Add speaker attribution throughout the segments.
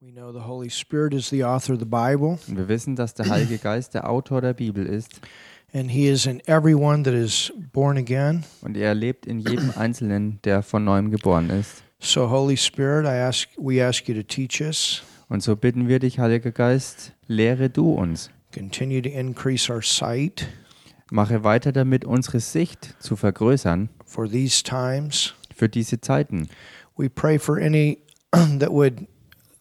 Speaker 1: We know the Holy Spirit is the author of the Bible,
Speaker 2: Und wir wissen, dass der Heilige Geist der Autor der Bibel ist
Speaker 1: and He is in everyone that is born again.
Speaker 2: und er lebt in jedem Einzelnen, der von neuem geboren ist.
Speaker 1: So, Holy Spirit, I ask, we ask you to teach us,
Speaker 2: Und so bitten wir dich, Heiliger Geist, lehre du uns.
Speaker 1: continue to increase our sight
Speaker 2: Mache weiter damit, unsere Sicht zu vergrößern
Speaker 1: for these times.
Speaker 2: für diese Zeiten.
Speaker 1: We pray for any that would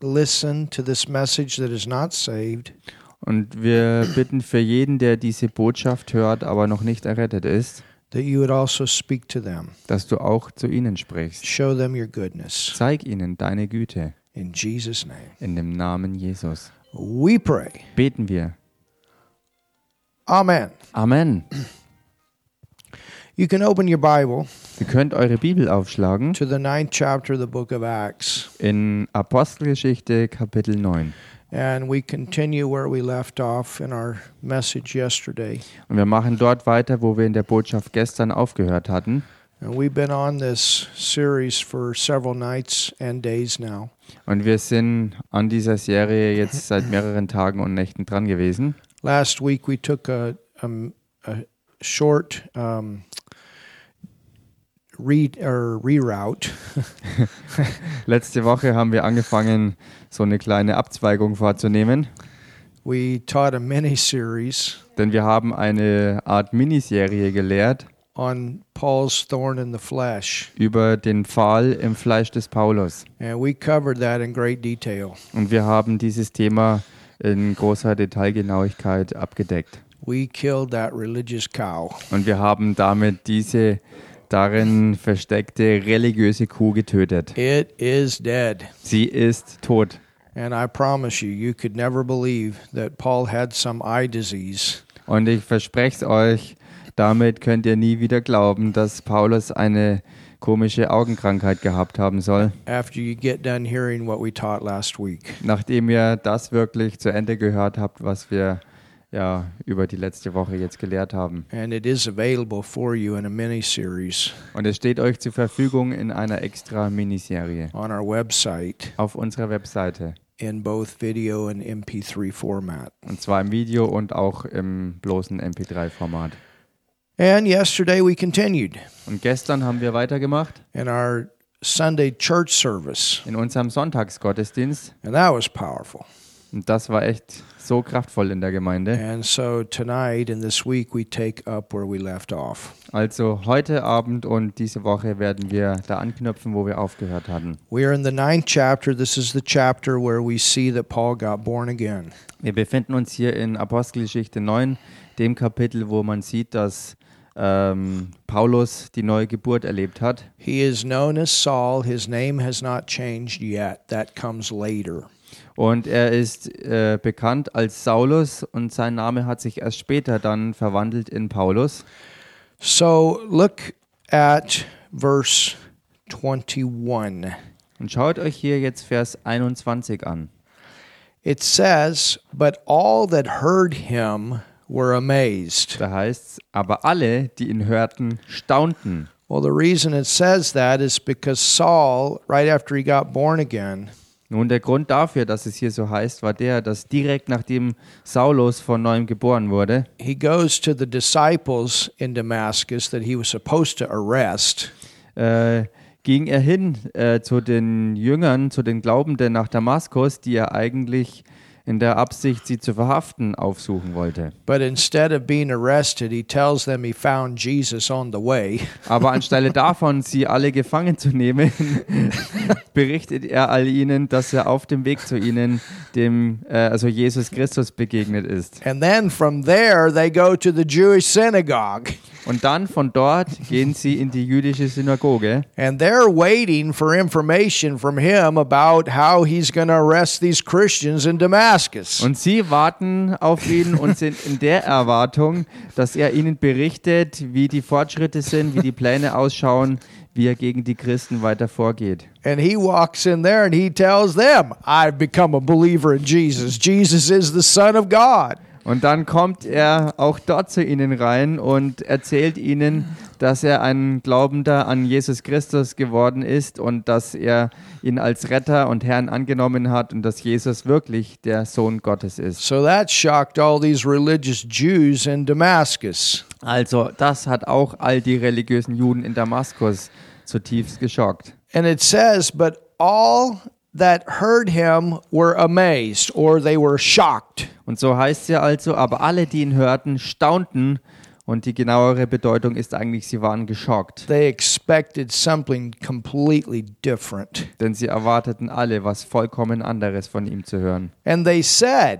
Speaker 1: listen to this message that is not saved,
Speaker 2: Und wir bitten für jeden, der diese Botschaft hört, aber noch nicht errettet ist,
Speaker 1: that you would also speak to them.
Speaker 2: dass du auch zu ihnen sprichst.
Speaker 1: Show them your goodness.
Speaker 2: Zeig ihnen deine Güte
Speaker 1: In Jesus' name,
Speaker 2: in dem Namen Jesus.
Speaker 1: we pray.
Speaker 2: Beten wir.
Speaker 1: Amen.
Speaker 2: Amen.
Speaker 1: You can open your Bible
Speaker 2: Ihr könnt eure Bibel aufschlagen
Speaker 1: to the ninth chapter of the book of Acts,
Speaker 2: in Apostelgeschichte Kapitel 9.
Speaker 1: and we continue where we left off in our message yesterday.
Speaker 2: Und wir machen dort weiter, wo wir in der Botschaft gestern aufgehört hatten.
Speaker 1: And we've been on this series for several nights and days now.
Speaker 2: Und wir sind an dieser Serie jetzt seit mehreren Tagen und Nächten dran gewesen.
Speaker 1: Last week we took a, um, a short um, read or reroute
Speaker 2: Letzte Woche haben wir angefangen, so eine kleine Abzweigung vorzunehmen.
Speaker 1: We taught a mini series
Speaker 2: Denn wir haben eine Art Miniserie gelehrt
Speaker 1: on Paul's thorn in the flesh,
Speaker 2: über den Pfahl im Fleisch des Paulus.
Speaker 1: and we covered that in great detail.
Speaker 2: Und wir haben dieses Thema in großer Detailgenauigkeit abgedeckt.
Speaker 1: We killed that religious cow.
Speaker 2: Und wir haben damit diese darin versteckte religiöse Kuh getötet.
Speaker 1: It is dead.
Speaker 2: Sie ist tot.
Speaker 1: And I promise you, you could never believe that Paul had some eye disease.
Speaker 2: Und ich verspreche es euch, damit könnt ihr nie wieder glauben, dass Paulus eine komische Augenkrankheit gehabt haben soll,
Speaker 1: After you get done hearing what we taught last week,
Speaker 2: nachdem ihr das wirklich zu Ende gehört habt, was wir ja über die letzte Woche jetzt gelehrt haben.
Speaker 1: and it is available for you in a mini series
Speaker 2: Und es steht euch zur Verfügung in einer extra Miniserie
Speaker 1: on our website
Speaker 2: auf unserer Webseite.
Speaker 1: in both video and MP3 format.
Speaker 2: Und zwar im Video und auch im bloßen MP3-Format.
Speaker 1: And yesterday we continued
Speaker 2: Und gestern haben wir weitergemacht
Speaker 1: in our Sunday church service.
Speaker 2: in unserem Sonntagsgottesdienst.
Speaker 1: And that was powerful.
Speaker 2: Und das war echt so kraftvoll in der Gemeinde.
Speaker 1: And so tonight and this week we take up where we left off.
Speaker 2: Also heute Abend und diese Woche werden wir da anknüpfen, wo wir aufgehört hatten.
Speaker 1: We are in the ninth chapter. This is the chapter where we see that Paul got born again.
Speaker 2: Wir befinden uns hier in Apostelgeschichte 9, dem Kapitel, wo man sieht, dass ähm, Paulus die neue Geburt erlebt hat.
Speaker 1: He is known as Saul. His name has not changed yet. That comes later.
Speaker 2: Und er ist äh, bekannt als Saulus und sein Name hat sich erst später dann verwandelt in Paulus.
Speaker 1: So look at verse 21.
Speaker 2: Und schaut euch hier jetzt Vers 21 an.
Speaker 1: It says, But all that heard him were amazed.
Speaker 2: Da heißt es, aber alle, die ihn hörten, staunten.
Speaker 1: Well, the reason it says that is because Saul, right after he got born again,
Speaker 2: Nun, der Grund dafür, dass es hier so heißt, war der, dass direkt nachdem Saulus von neuem geboren wurde,
Speaker 1: he goes to the disciples in Damascus that he was supposed to arrest,
Speaker 2: äh, ging er hin äh, zu den Jüngern, zu den Glaubenden nach Damaskus, die er eigentlich in der Absicht, sie zu verhaften, aufsuchen wollte.
Speaker 1: but instead of being arrested, he tells them he found Jesus on the way.
Speaker 2: Aber anstelle davon, sie alle gefangen zu nehmen, berichtet er all ihnen, dass er auf dem Weg zu ihnen, dem, äh, also Jesus Christus, begegnet ist.
Speaker 1: And then from there, they go to the Jewish synagogue,
Speaker 2: Und dann von dort gehen sie in die jüdische Synagoge
Speaker 1: and they're waiting for information from him about how he's going to arrest these Christians in Damascus.
Speaker 2: und sie warten auf ihn und sind in der Erwartung, dass er ihnen berichtet, wie die Fortschritte sind, wie die Pläne ausschauen, wie er gegen die Christen weiter vorgeht.
Speaker 1: And he walks in there and he tells them, I've become a believer in Jesus. Jesus is the Son of God.
Speaker 2: Und dann kommt er auch dort zu ihnen rein und erzählt ihnen, dass er ein Glaubender an Jesus Christus geworden ist und dass er ihn als Retter und Herrn angenommen hat und dass Jesus wirklich der Sohn Gottes ist.
Speaker 1: So that shocked all these religious Jews in Damascus.
Speaker 2: Also das hat auch all die religiösen Juden in Damaskus zutiefst geschockt.
Speaker 1: And it says, but all that heard him were amazed or they were shocked.
Speaker 2: Und so heißt es ja also, aber alle, die ihn hörten, staunten. Und die genauere Bedeutung ist eigentlich, sie waren geschockt,
Speaker 1: They expected something completely different.
Speaker 2: denn sie erwarteten alle was vollkommen anderes von ihm zu hören.
Speaker 1: And they said,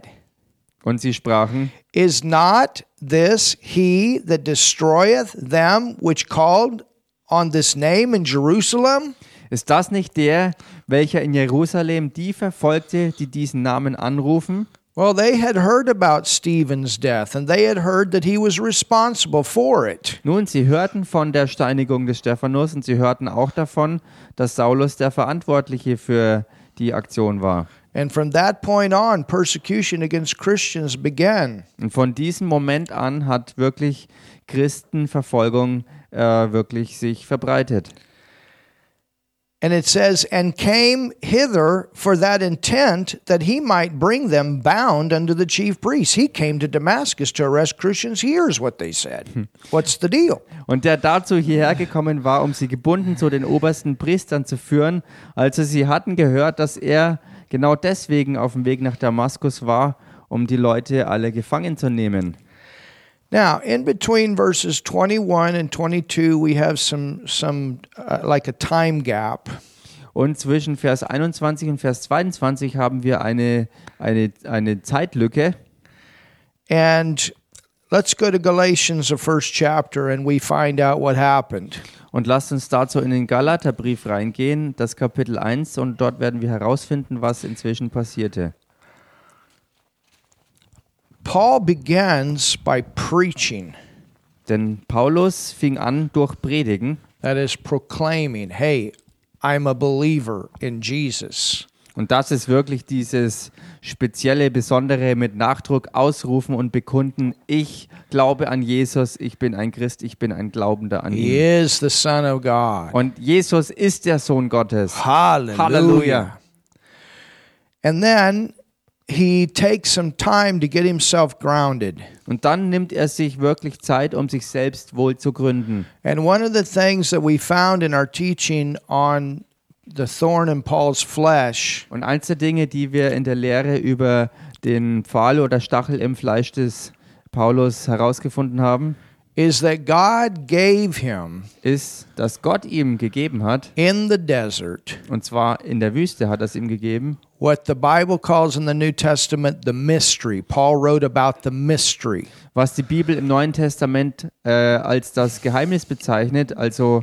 Speaker 2: Und sie sprachen,
Speaker 1: Is not this he that destroyeth them which called on this name in Jerusalem?
Speaker 2: Ist das nicht der, welcher in Jerusalem die verfolgte, die diesen Namen anrufen?
Speaker 1: Well, they had heard about Stephen's death and they had heard that he was responsible for it.
Speaker 2: Nun, sie hörten von der Steinigung des Stephanus und sie hörten auch davon, dass Saulus der Verantwortliche für die Aktion war.
Speaker 1: And from that point on, persecution against Christians began.
Speaker 2: Und von diesem Moment an hat wirklich Christenverfolgung äh, wirklich sich verbreitet.
Speaker 1: And it says, And came hither for that intent that he might bring them bound unto the chief priests. He came to Damascus to arrest Christians. Here's what they said. What's the deal?
Speaker 2: Und der dazu hierher gekommen war, um sie gebunden zu den obersten Priestern zu führen. Also sie hatten gehört, dass er genau deswegen auf dem Weg nach Damaskus war, um die Leute alle gefangen zu nehmen.
Speaker 1: Now, in between verses 21 and 22, we have some, some uh, like a time gap.
Speaker 2: Und zwischen Vers 21 und Vers 22 haben wir eine, eine, eine Zeitlücke.
Speaker 1: And let's go to Galatians, the first chapter, and we find out what happened.
Speaker 2: Und lasst uns dazu in den Galaterbrief reingehen, das Kapitel 1, und dort werden wir herausfinden, was inzwischen passierte.
Speaker 1: Paul begins by preaching,
Speaker 2: Denn Paulus fing an durch Predigen.
Speaker 1: that is, proclaiming, hey, I'm a believer in Jesus.
Speaker 2: Und das ist wirklich dieses spezielle, besondere mit Nachdruck ausrufen und bekunden, ich glaube an Jesus, ich bin ein Christ, ich bin ein Glaubender an
Speaker 1: He
Speaker 2: ihn.
Speaker 1: is the Son of God.
Speaker 2: Und Jesus ist der Sohn Gottes.
Speaker 1: Hallelujah.
Speaker 2: Halleluja.
Speaker 1: And then he takes some time to get himself grounded.
Speaker 2: Und dann nimmt er sich wirklich Zeit, um sich selbst wohl zu gründen.
Speaker 1: And one of the things that we found in our teaching on the thorn in Paul's flesh
Speaker 2: Und eins der Dinge, die wir in der Lehre über den Pfahl oder Stachel im Fleisch des Paulus herausgefunden haben,
Speaker 1: is that God gave him
Speaker 2: ist, dass Gott ihm gegeben hat,
Speaker 1: in the desert
Speaker 2: und zwar in der Wüste hat er es ihm gegeben,
Speaker 1: what the Bible calls in the New Testament the mystery. Paul wrote about the mystery.
Speaker 2: was die Bibel im Neuen Testament äh, als das Geheimnis bezeichnet. Also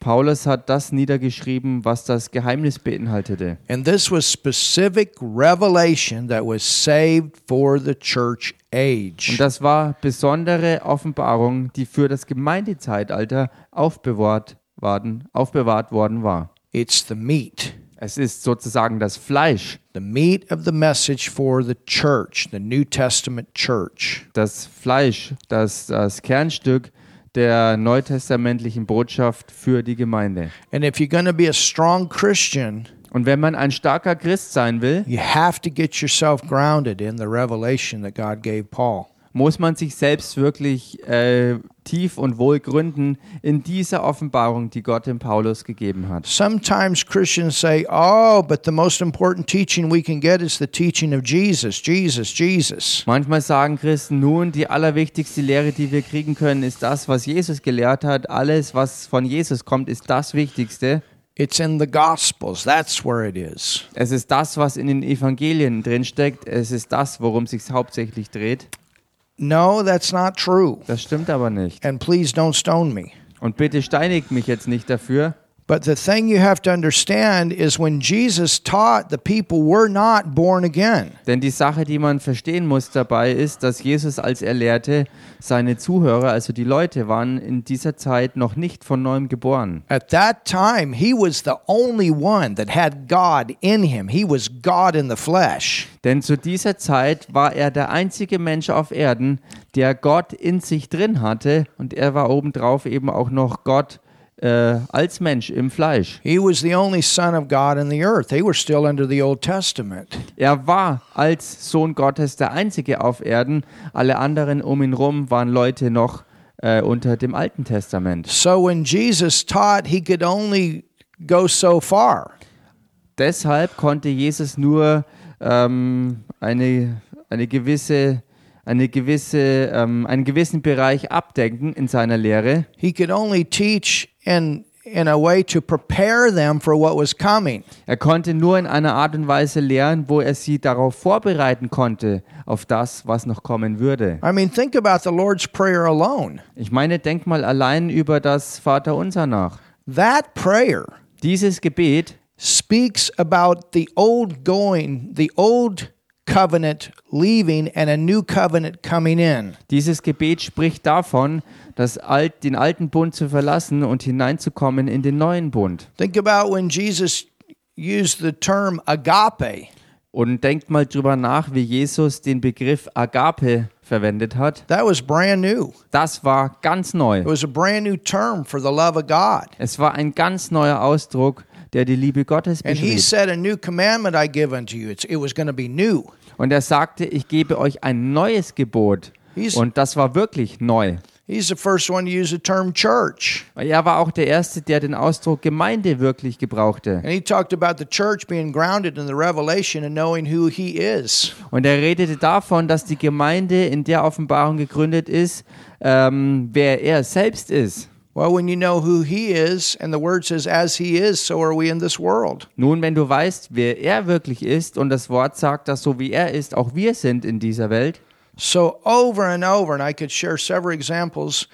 Speaker 2: Paulus hat das niedergeschrieben, was das Geheimnis beinhaltete.
Speaker 1: And this was specific revelation that was saved for the church
Speaker 2: Und
Speaker 1: age.
Speaker 2: das war besondere Offenbarung, die für das Gemeindezeitalter aufbewahrt worden, aufbewahrt worden war.
Speaker 1: It's the meat,
Speaker 2: Es ist sozusagen das Fleisch,
Speaker 1: the meat of the message for the church, the New Testament church.
Speaker 2: das Fleisch, das, das Kernstück der neutestamentlichen Botschaft für die Gemeinde.
Speaker 1: And if you're going to be a strong Christian,
Speaker 2: Und wenn man ein starker Christ sein will,
Speaker 1: You have to get yourself grounded in the revelation that God gave Paul.
Speaker 2: muss man sich selbst wirklich äh, tief und wohl gründen in dieser Offenbarung, die Gott dem Paulus gegeben hat.
Speaker 1: Sometimes Christians say, oh, but the most important teaching we can get is the teaching of Jesus, Jesus, Jesus.
Speaker 2: Manchmal sagen Christen, nun, die allerwichtigste Lehre, die wir kriegen können, ist das, was Jesus gelehrt hat. Alles, was von Jesus kommt, ist das Wichtigste.
Speaker 1: It's in the Gospels. That's where it is.
Speaker 2: Es ist das, was in den Evangelien drinsteckt. Es ist das, worum sich hauptsächlich dreht.
Speaker 1: No, that's not true.
Speaker 2: Das stimmt aber nicht.
Speaker 1: And please don't stone me.
Speaker 2: Und bitte steinigt mich jetzt nicht dafür.
Speaker 1: But the thing you have to understand is when Jesus taught, the people were not born again.
Speaker 2: Denn die Sache, die man verstehen muss dabei, ist, dass Jesus, als er lehrte, seine Zuhörer, also die Leute, waren in dieser Zeit noch nicht von neuem geboren.
Speaker 1: At that time, he was the only one that had God in him, he was God in the flesh.
Speaker 2: Denn zu dieser Zeit war er der einzige Mensch auf Erden, der Gott in sich drin hatte und er war obendrauf eben auch noch Gott äh, als Mensch im Fleisch.
Speaker 1: He was the only Son of God in the earth. They were still under the Old Testament.
Speaker 2: Er war als Sohn Gottes der Einzige auf Erden. Alle anderen um ihn rum waren Leute noch äh, unter dem Alten Testament.
Speaker 1: So when Jesus taught, he could only go so far.
Speaker 2: Deshalb konnte Jesus nur ähm, eine, eine gewisse, eine gewisse, ähm, einen gewissen Bereich abdenken in seiner Lehre.
Speaker 1: He could only teach in in a way to prepare them for what was coming.
Speaker 2: Er konnte nur in einer Art und Weise lehren, wo er sie darauf vorbereiten konnte, auf das, was noch kommen würde.
Speaker 1: I mean, think about the Lord's prayer alone.
Speaker 2: Ich meine, denk mal allein über das Vaterunser nach.
Speaker 1: That prayer
Speaker 2: Dieses Gebet
Speaker 1: speaks about the old going, the old covenant leaving and a new covenant coming in.
Speaker 2: Dieses Gebet spricht davon, das Alt, den alten Bund zu verlassen und hineinzukommen in den neuen Bund.
Speaker 1: Think about when Jesus used the term agape.
Speaker 2: Und denkt mal drüber nach, wie Jesus den Begriff Agape verwendet hat.
Speaker 1: That was brand new.
Speaker 2: Das war ganz
Speaker 1: It
Speaker 2: neu.
Speaker 1: was a brand new term for the love of God.
Speaker 2: Es war ein ganz neuer Ausdruck, der die Liebe Gottes
Speaker 1: And he
Speaker 2: beschrieb.
Speaker 1: said, A new commandment I give unto you. It's, it was going to be new.
Speaker 2: Und er sagte, ich gebe euch ein neues Gebot.
Speaker 1: He's-
Speaker 2: Und das war wirklich neu.
Speaker 1: He's the first one to use the term church.
Speaker 2: Er war auch der Erste, der den Ausdruck Gemeinde wirklich gebrauchte.
Speaker 1: And he talked about the church being grounded in the revelation and knowing who he is.
Speaker 2: Und er redete davon, dass die Gemeinde in der Offenbarung gegründet ist, ähm, wer er selbst ist.
Speaker 1: Well, when you know who he is, and the word says, as he is, so are we in this world.
Speaker 2: Nun, wenn du weißt, wer er wirklich ist und das Wort sagt, dass so wie er ist, auch wir sind in dieser Welt,
Speaker 1: So, over and over, and I could share several examples,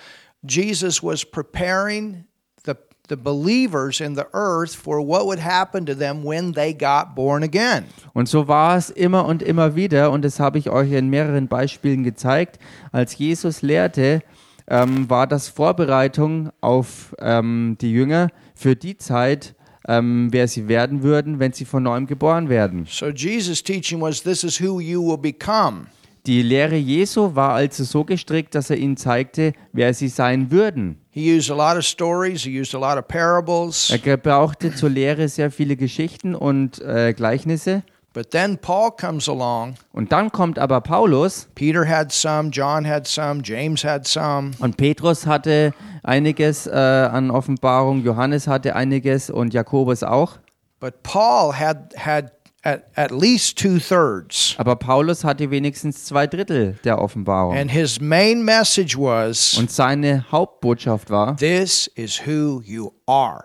Speaker 1: Jesus was preparing the, the believers in the earth for what would happen to them when they got born again.
Speaker 2: Und so war es immer und immer wieder, und das habe ich euch in mehreren Beispielen gezeigt. Als Jesus lehrte, ähm, war das Vorbereitung auf ähm, die Jünger für die Zeit, ähm, wer sie werden würden, wenn sie von neuem geboren werden.
Speaker 1: So, Jesus' teaching was, this is who you will become.
Speaker 2: Die Lehre Jesu war also so gestrickt, dass er ihnen zeigte, wer sie sein würden.
Speaker 1: He used a lot of stories, he used a lot of parables.
Speaker 2: Er gebrauchte zur Lehre sehr viele Geschichten und äh, Gleichnisse.
Speaker 1: But then Paul comes along.
Speaker 2: Und dann kommt aber Paulus
Speaker 1: Peter had some, John had some, James had some.
Speaker 2: Und Petrus hatte einiges äh, an Offenbarung, Johannes hatte einiges und Jakobus auch.
Speaker 1: But Paul had had at, at least two thirds.
Speaker 2: Aber Paulus hatte wenigstens zwei Drittel der Offenbarung.
Speaker 1: And his main message was
Speaker 2: Und seine Hauptbotschaft war,
Speaker 1: this is who you are.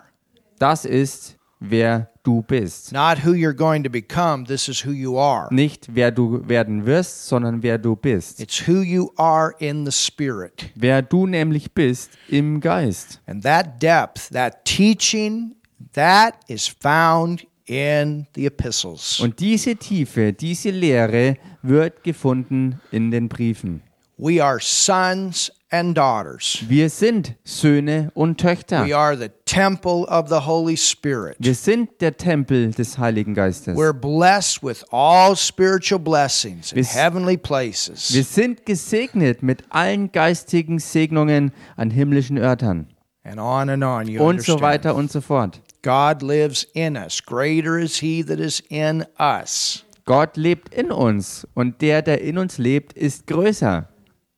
Speaker 2: das ist, wer du bist.
Speaker 1: Not who you're going to become, this is who you are.
Speaker 2: Nicht, wer du werden wirst, sondern wer du bist.
Speaker 1: It's who you are in the spirit.
Speaker 2: Wer du nämlich bist im Geist.
Speaker 1: And that depth, that teaching, that is found in the epistles.
Speaker 2: Und diese Tiefe, diese Lehre wird gefunden in den Briefen.
Speaker 1: We are sons and daughters.
Speaker 2: Wir sind Söhne und Töchter.
Speaker 1: We are the temple of the Holy Spirit.
Speaker 2: Wir sind der Tempel des Heiligen Geistes.
Speaker 1: We're blessed with all spiritual blessings in
Speaker 2: Bis-
Speaker 1: heavenly
Speaker 2: Wir
Speaker 1: places.
Speaker 2: sind gesegnet mit allen geistigen Segnungen an himmlischen Örtern
Speaker 1: And on and on. You
Speaker 2: und so
Speaker 1: understand.
Speaker 2: weiter und so fort.
Speaker 1: God lives in us. Greater is He that is in us.
Speaker 2: Gott lebt in uns und der, der in uns lebt, ist größer.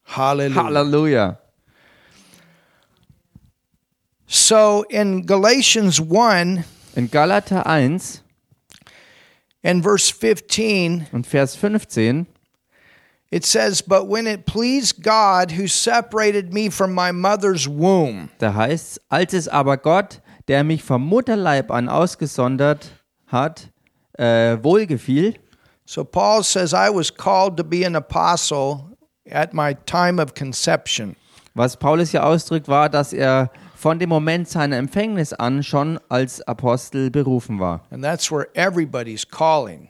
Speaker 1: Hallelujah.
Speaker 2: Halleluja.
Speaker 1: So in Galatians 1
Speaker 2: In Galater 1
Speaker 1: and verse 15,
Speaker 2: und Vers 15,
Speaker 1: it says, But when it pleased God who separated me from my mother's womb.
Speaker 2: da heißt es, als es aber Gott, der mich vom Mutterleib an ausgesondert hat, äh, wohlgefiel,
Speaker 1: So Paul says, I was called to be an apostle at my time of conception.
Speaker 2: Was Paulus hier ausdrückt, war, dass er von dem Moment seiner Empfängnis an schon als Apostel berufen war.
Speaker 1: And that's where everybody's calling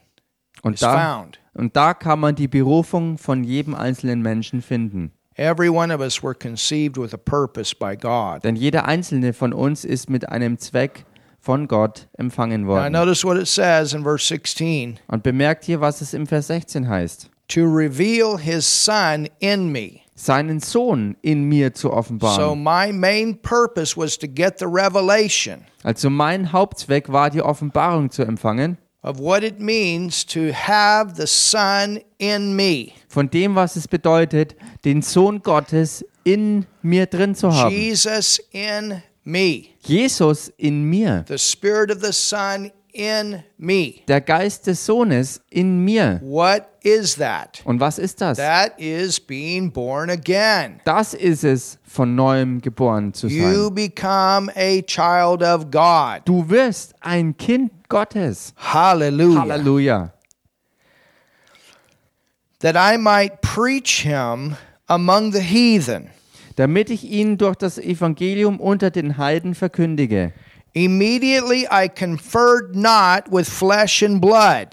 Speaker 2: Und
Speaker 1: is
Speaker 2: da,
Speaker 1: found.
Speaker 2: und da kann man die Berufung von jedem einzelnen Menschen finden.
Speaker 1: Every one of us were conceived with a purpose by God.
Speaker 2: Denn jeder einzelne von uns ist mit einem Zweck von Gott empfangen
Speaker 1: Now,
Speaker 2: worden.
Speaker 1: notice what it says in verse 16
Speaker 2: Und bemerkt hier, was es im Vers 16 heißt.
Speaker 1: to reveal his son in me.
Speaker 2: seinen Sohn in mir zu
Speaker 1: So
Speaker 2: offenbaren.
Speaker 1: my main purpose was to get the revelation
Speaker 2: Also mein Hauptzweck war die Offenbarung zu empfangen
Speaker 1: of what it means to have the Son in me.
Speaker 2: von dem, was es bedeutet, den Sohn Gottes in mir drin zu haben.
Speaker 1: Jesus in me.
Speaker 2: Jesus in mir,
Speaker 1: The Spirit of the Son in me.
Speaker 2: der Geist des Sohnes in mir.
Speaker 1: What is that?
Speaker 2: Und was ist das?
Speaker 1: That is being born again.
Speaker 2: Das ist es, von neuem geboren zu sein.
Speaker 1: You become a child of God.
Speaker 2: Du wirst ein Kind Gottes.
Speaker 1: Hallelujah.
Speaker 2: Halleluja.
Speaker 1: That I might preach him among the heathen.
Speaker 2: Damit ich ihnen durch das Evangelium unter den Heiden verkündige.
Speaker 1: Immediately I conferred not with flesh and blood.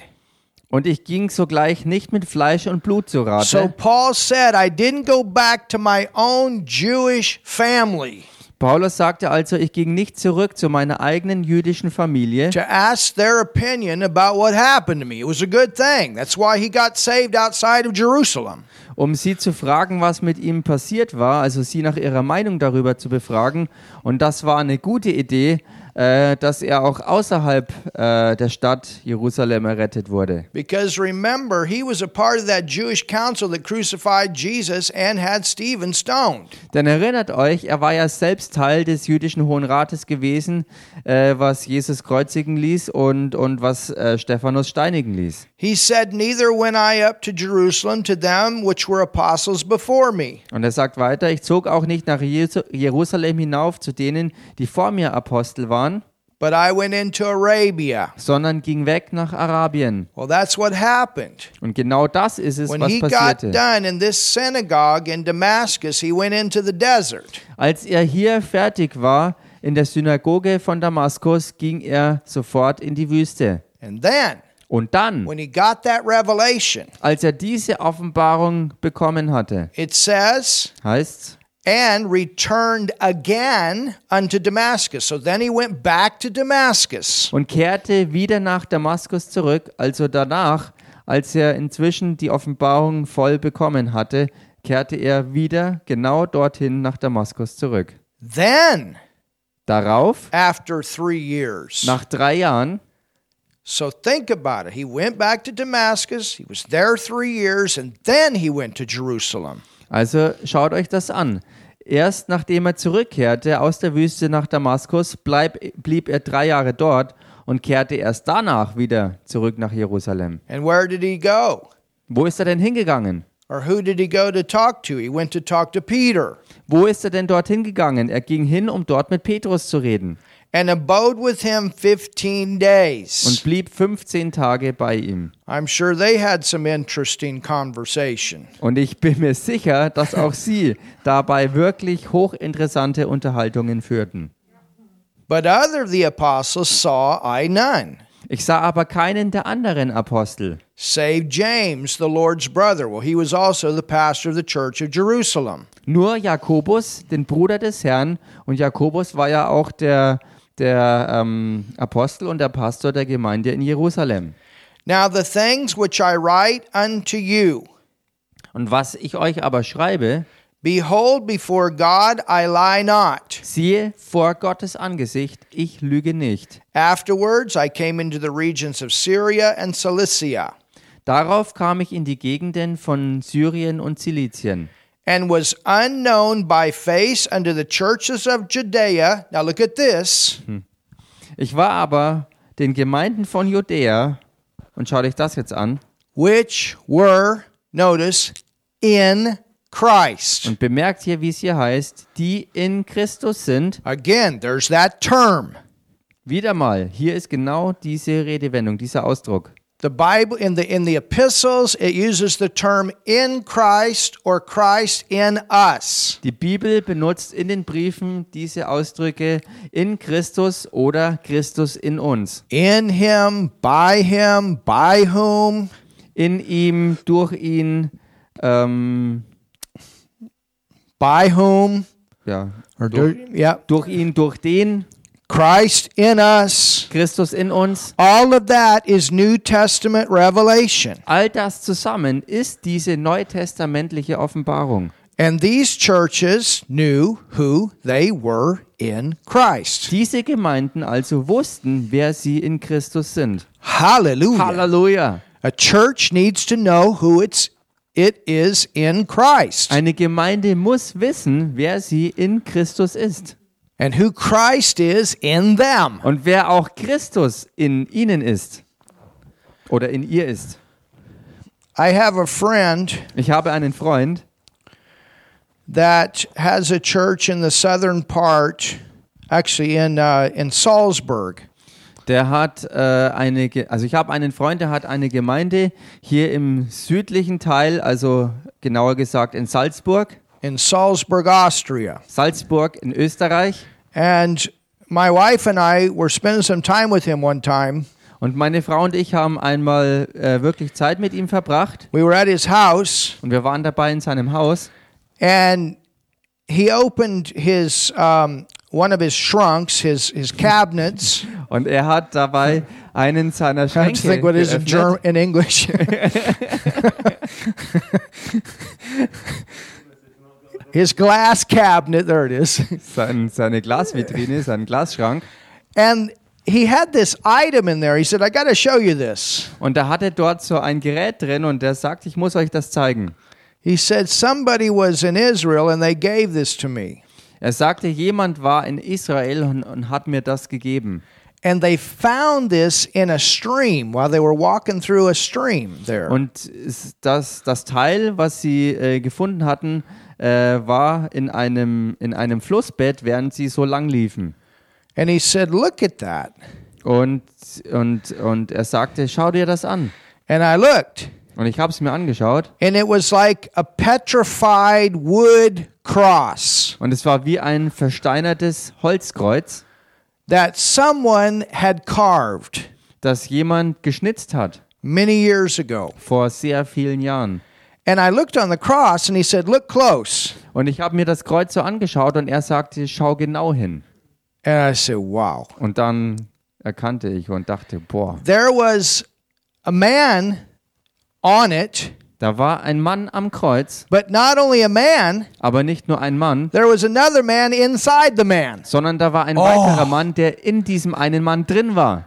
Speaker 2: Und ich ging sogleich nicht mit Fleisch und Blut zu Rate.
Speaker 1: So Paul said, I didn't go back to my own Jewish family
Speaker 2: Paulus sagte also, ich ging nicht zurück zu meiner eigenen jüdischen Familie,
Speaker 1: to ask their opinion about what happened to me. It was a good thing. That's why he got saved outside of Jerusalem.
Speaker 2: um sie zu fragen, was mit ihm passiert war, also sie nach ihrer Meinung darüber zu befragen. Und das war eine gute Idee, äh, dass er auch außerhalb äh, der Stadt Jerusalem errettet wurde.
Speaker 1: Because remember, he was a part of that Jewish council that crucified Jesus and had Stephen stoned.
Speaker 2: Denn erinnert euch, er war ja selbst Teil des jüdischen Hohen Rates gewesen, äh, was Jesus kreuzigen ließ und, und was äh, Stephanus steinigen ließ.
Speaker 1: He said, Neither went I up to Jerusalem to them which were apostles before me.
Speaker 2: Und er sagt weiter, ich zog auch nicht nach Jesu Jerusalem hinauf zu denen, die vor mir Apostel waren,
Speaker 1: But I went into Arabia.
Speaker 2: sondern ging weg nach Arabien.
Speaker 1: Well, that's what happened.
Speaker 2: Und genau das ist es,
Speaker 1: When
Speaker 2: was
Speaker 1: he got
Speaker 2: passierte.
Speaker 1: done in this synagogue in Damascus, he went into the desert.
Speaker 2: Als er hier fertig war, in der Synagoge von Damaskus, ging er sofort in die Wüste.
Speaker 1: And then,
Speaker 2: Und dann,
Speaker 1: when he got that revelation,
Speaker 2: als er diese Offenbarung bekommen hatte,
Speaker 1: it says,
Speaker 2: heißt's,
Speaker 1: and returned again unto Damascus. So then he went back to Damascus.
Speaker 2: und kehrte wieder nach Damaskus zurück, also danach, als er inzwischen die Offenbarung voll bekommen hatte, kehrte er wieder genau dorthin nach Damaskus zurück.
Speaker 1: Then,
Speaker 2: Darauf,
Speaker 1: after three years.
Speaker 2: nach drei Jahren,
Speaker 1: So think about it. He went back to Damascus, he was there three years, and then he went to Jerusalem.
Speaker 2: Also schaut euch das an. Erst nachdem er zurückkehrte aus der Wüste nach Damaskus, bleib, blieb er drei Jahre dort und kehrte erst danach wieder zurück nach Jerusalem.
Speaker 1: And where did he go?
Speaker 2: Wo ist er denn hingegangen?
Speaker 1: Or who did he go to talk to? He went to talk to Peter.
Speaker 2: Wo ist er denn dorthin gegangen? Er ging hin, um dort mit Petrus zu reden
Speaker 1: and abode with him 15
Speaker 2: und
Speaker 1: days.
Speaker 2: blieb 15 Tage bei ihm.
Speaker 1: I'm sure they had some interesting conversation.
Speaker 2: Und ich bin mir sicher, dass auch sie dabei wirklich hochinteressante Unterhaltungen führten.
Speaker 1: But other of the apostles saw I none,
Speaker 2: Ich sah aber keinen der anderen Apostel.
Speaker 1: save James, the Lord's brother. Well, he was also the pastor of the church of Jerusalem.
Speaker 2: Nur Jakobus, den Bruder des Herrn, und Jakobus war ja auch der, der ähm, Apostel und der Pastor der Gemeinde in Jerusalem.
Speaker 1: Now, the things which I write unto you,
Speaker 2: Und was ich euch aber schreibe,
Speaker 1: behold, before God I lie not.
Speaker 2: siehe vor Gottes Angesicht, ich lüge nicht.
Speaker 1: Afterwards I came into the regions of Syria and Cilicia,
Speaker 2: Darauf kam ich in die Gegenden von Syrien und Zilizien
Speaker 1: and was unknown by face unto the churches of Judea. Now, look at this.
Speaker 2: Ich war aber den Gemeinden von Judäa, und schau dich das jetzt an,
Speaker 1: which were, notice, in Christ.
Speaker 2: und bemerkt hier, wie es hier heißt, die in Christus sind,
Speaker 1: Again, there's that term.
Speaker 2: Wieder mal, hier ist genau diese Redewendung, dieser Ausdruck.
Speaker 1: The Bible in the in the epistles it uses the term in Christ or Christ in us.
Speaker 2: Die Bibel benutzt in den Briefen diese Ausdrücke in Christus oder Christus in uns.
Speaker 1: In him, by him, by whom,
Speaker 2: In ihm, durch ihn, ähm,
Speaker 1: by whom,
Speaker 2: ja,
Speaker 1: or
Speaker 2: durch,
Speaker 1: do, yeah,
Speaker 2: durch ihn, durch den,
Speaker 1: Christ in us.
Speaker 2: Christus in uns.
Speaker 1: All of that is New Testament revelation.
Speaker 2: All das zusammen ist diese neutestamentliche Offenbarung.
Speaker 1: And these churches knew who they were in Christ.
Speaker 2: Diese Gemeinden also wussten, wer sie in Christus sind.
Speaker 1: Hallelujah.
Speaker 2: Halleluja!
Speaker 1: A church needs to know who it's it is in Christ
Speaker 2: Eine Gemeinde muss wissen, wer sie in Christus ist
Speaker 1: and who Christ is in them.
Speaker 2: und wer auch Christus in ihnen ist oder in ihr ist.
Speaker 1: I have a friend
Speaker 2: Ich habe einen Freund,
Speaker 1: that has a church in the southern part, actually in uh, in Salzburg,
Speaker 2: der hat äh, eine, Ge also ich habe einen Freund, der hat eine Gemeinde hier im südlichen Teil, also genauer gesagt in Salzburg,
Speaker 1: in Salzburg, Austria,
Speaker 2: Salzburg in Österreich.
Speaker 1: and my wife and I were spending some time with him one time.
Speaker 2: Und meine Frau und ich haben einmal äh, wirklich Zeit mit ihm verbracht
Speaker 1: We were at his house,
Speaker 2: und wir waren dabei in seinem Haus.
Speaker 1: and he opened his um, one of his shrunks, his his cabinets.
Speaker 2: Und er hat dabei einen seiner
Speaker 1: I have to
Speaker 2: Schränke
Speaker 1: think what it is in German,
Speaker 2: geöffnet.
Speaker 1: in English. his glass cabinet. There it is.
Speaker 2: Sein, seine Glasvitrine, seinen Glasschrank.
Speaker 1: And he had this item in there. He said, I got to show you this.
Speaker 2: Und da hatte dort so ein Gerät drin und der sagt, ich muss euch das zeigen.
Speaker 1: He said, Somebody was in Israel and they gave this to me.
Speaker 2: Er sagte, jemand war in Israel und, und hat mir das gegeben.
Speaker 1: And they found this in a stream while they were walking through a stream there.
Speaker 2: Und s- das, das Teil, was sie äh, gefunden hatten, äh, war in einem, in einem Flussbett, während sie so lang liefen.
Speaker 1: And he said, Look at that.
Speaker 2: Und, und, und er sagte, schau dir das an.
Speaker 1: And I looked,
Speaker 2: Und ich habe es mir angeschaut
Speaker 1: and it was like a petrified wood cross
Speaker 2: und es war wie ein versteinertes Holzkreuz,
Speaker 1: that someone had carved
Speaker 2: das jemand geschnitzt hat
Speaker 1: many years ago.
Speaker 2: vor sehr vielen Jahren.
Speaker 1: And I looked on the cross, and he said, Look close.
Speaker 2: Und ich habe mir das Kreuz so angeschaut und er sagte, schau genau hin.
Speaker 1: And I said, Wow.
Speaker 2: Und dann erkannte ich und dachte, boah,
Speaker 1: there was a man on it,
Speaker 2: da war ein Mann am Kreuz,
Speaker 1: but not only a man,
Speaker 2: aber nicht nur ein Mann,
Speaker 1: there was another man inside the man.
Speaker 2: sondern da war ein weiterer Mann, der in diesem einen Mann drin war.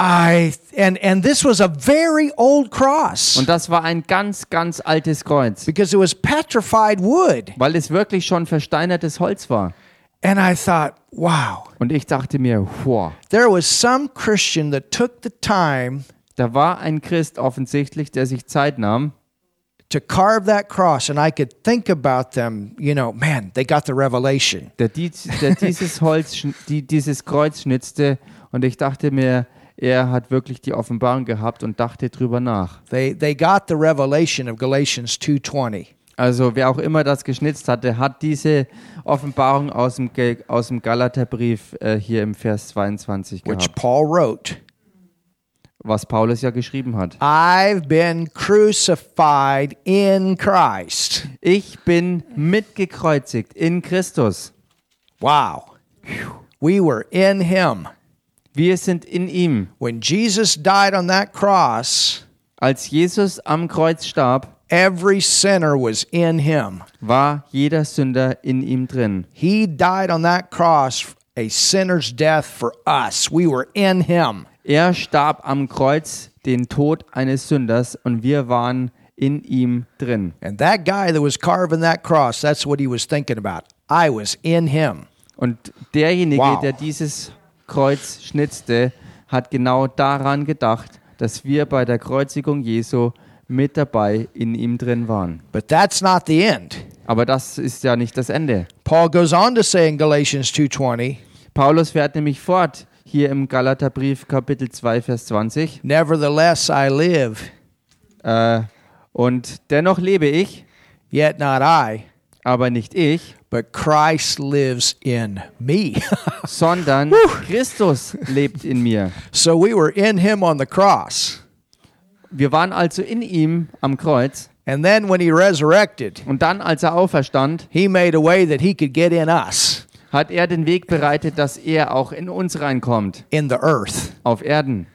Speaker 1: I and and this was a very old cross
Speaker 2: Und das war ein ganz, ganz altes Kreuz,
Speaker 1: because it was petrified wood.
Speaker 2: weil es wirklich schon versteinertes Holz war.
Speaker 1: And I thought, wow,
Speaker 2: Und ich dachte mir, boah,
Speaker 1: there was some Christian that took the time
Speaker 2: Da war ein Christ offensichtlich, der sich Zeit nahm.
Speaker 1: to carve that cross and I could think about them, you know, man, they got the revelation.
Speaker 2: Der, dies, der dieses Holz, schn- die, dieses Kreuz schnitzte und ich dachte mir, er hat wirklich die Offenbarung gehabt und dachte drüber nach.
Speaker 1: They they got the revelation of Galatians 2:20.
Speaker 2: Also wer auch immer das geschnitzt hatte, hat diese Offenbarung aus dem, Ge- aus dem Galaterbrief äh, hier im Vers 22
Speaker 1: which
Speaker 2: gehabt,
Speaker 1: Paul wrote.
Speaker 2: was Paulus ja geschrieben hat.
Speaker 1: I've been crucified in Christ.
Speaker 2: Ich bin mitgekreuzigt in Christus.
Speaker 1: Wow. We were in him.
Speaker 2: Wir sind in ihm.
Speaker 1: When Jesus died on that cross,
Speaker 2: Als Jesus am Kreuz starb,
Speaker 1: every sinner was in him.
Speaker 2: war jeder Sünder in ihm drin.
Speaker 1: He died on that cross a sinner's death for us. We were in him.
Speaker 2: Er starb am Kreuz den Tod eines Sünders und wir waren in ihm drin.
Speaker 1: And that guy that was carving that cross, that's what he was thinking about. I was in him.
Speaker 2: Und derjenige,
Speaker 1: Wow.
Speaker 2: der dieses Kreuz schnitzte, hat genau daran gedacht, dass wir bei der Kreuzigung Jesu mit dabei in ihm drin waren.
Speaker 1: But that's not the end.
Speaker 2: Aber das ist ja nicht das Ende.
Speaker 1: Paul goes on to say in Galatians 2:20,
Speaker 2: Paulus fährt nämlich fort hier im Galaterbrief Kapitel 2 Vers 20.
Speaker 1: "Nevertheless I live,
Speaker 2: Äh, und dennoch lebe ich,
Speaker 1: yet not I,
Speaker 2: aber nicht ich,
Speaker 1: but Christ lives in me.
Speaker 2: sondern Christus lebt in mir.
Speaker 1: so we were in him on the cross.
Speaker 2: Wir waren also in ihm am Kreuz
Speaker 1: And then when he resurrected,
Speaker 2: und dann, als er auferstand,
Speaker 1: he made a way that he could get in us
Speaker 2: hat er den Weg bereitet, dass er auch in uns reinkommt,
Speaker 1: in the earth.
Speaker 2: auf Erden.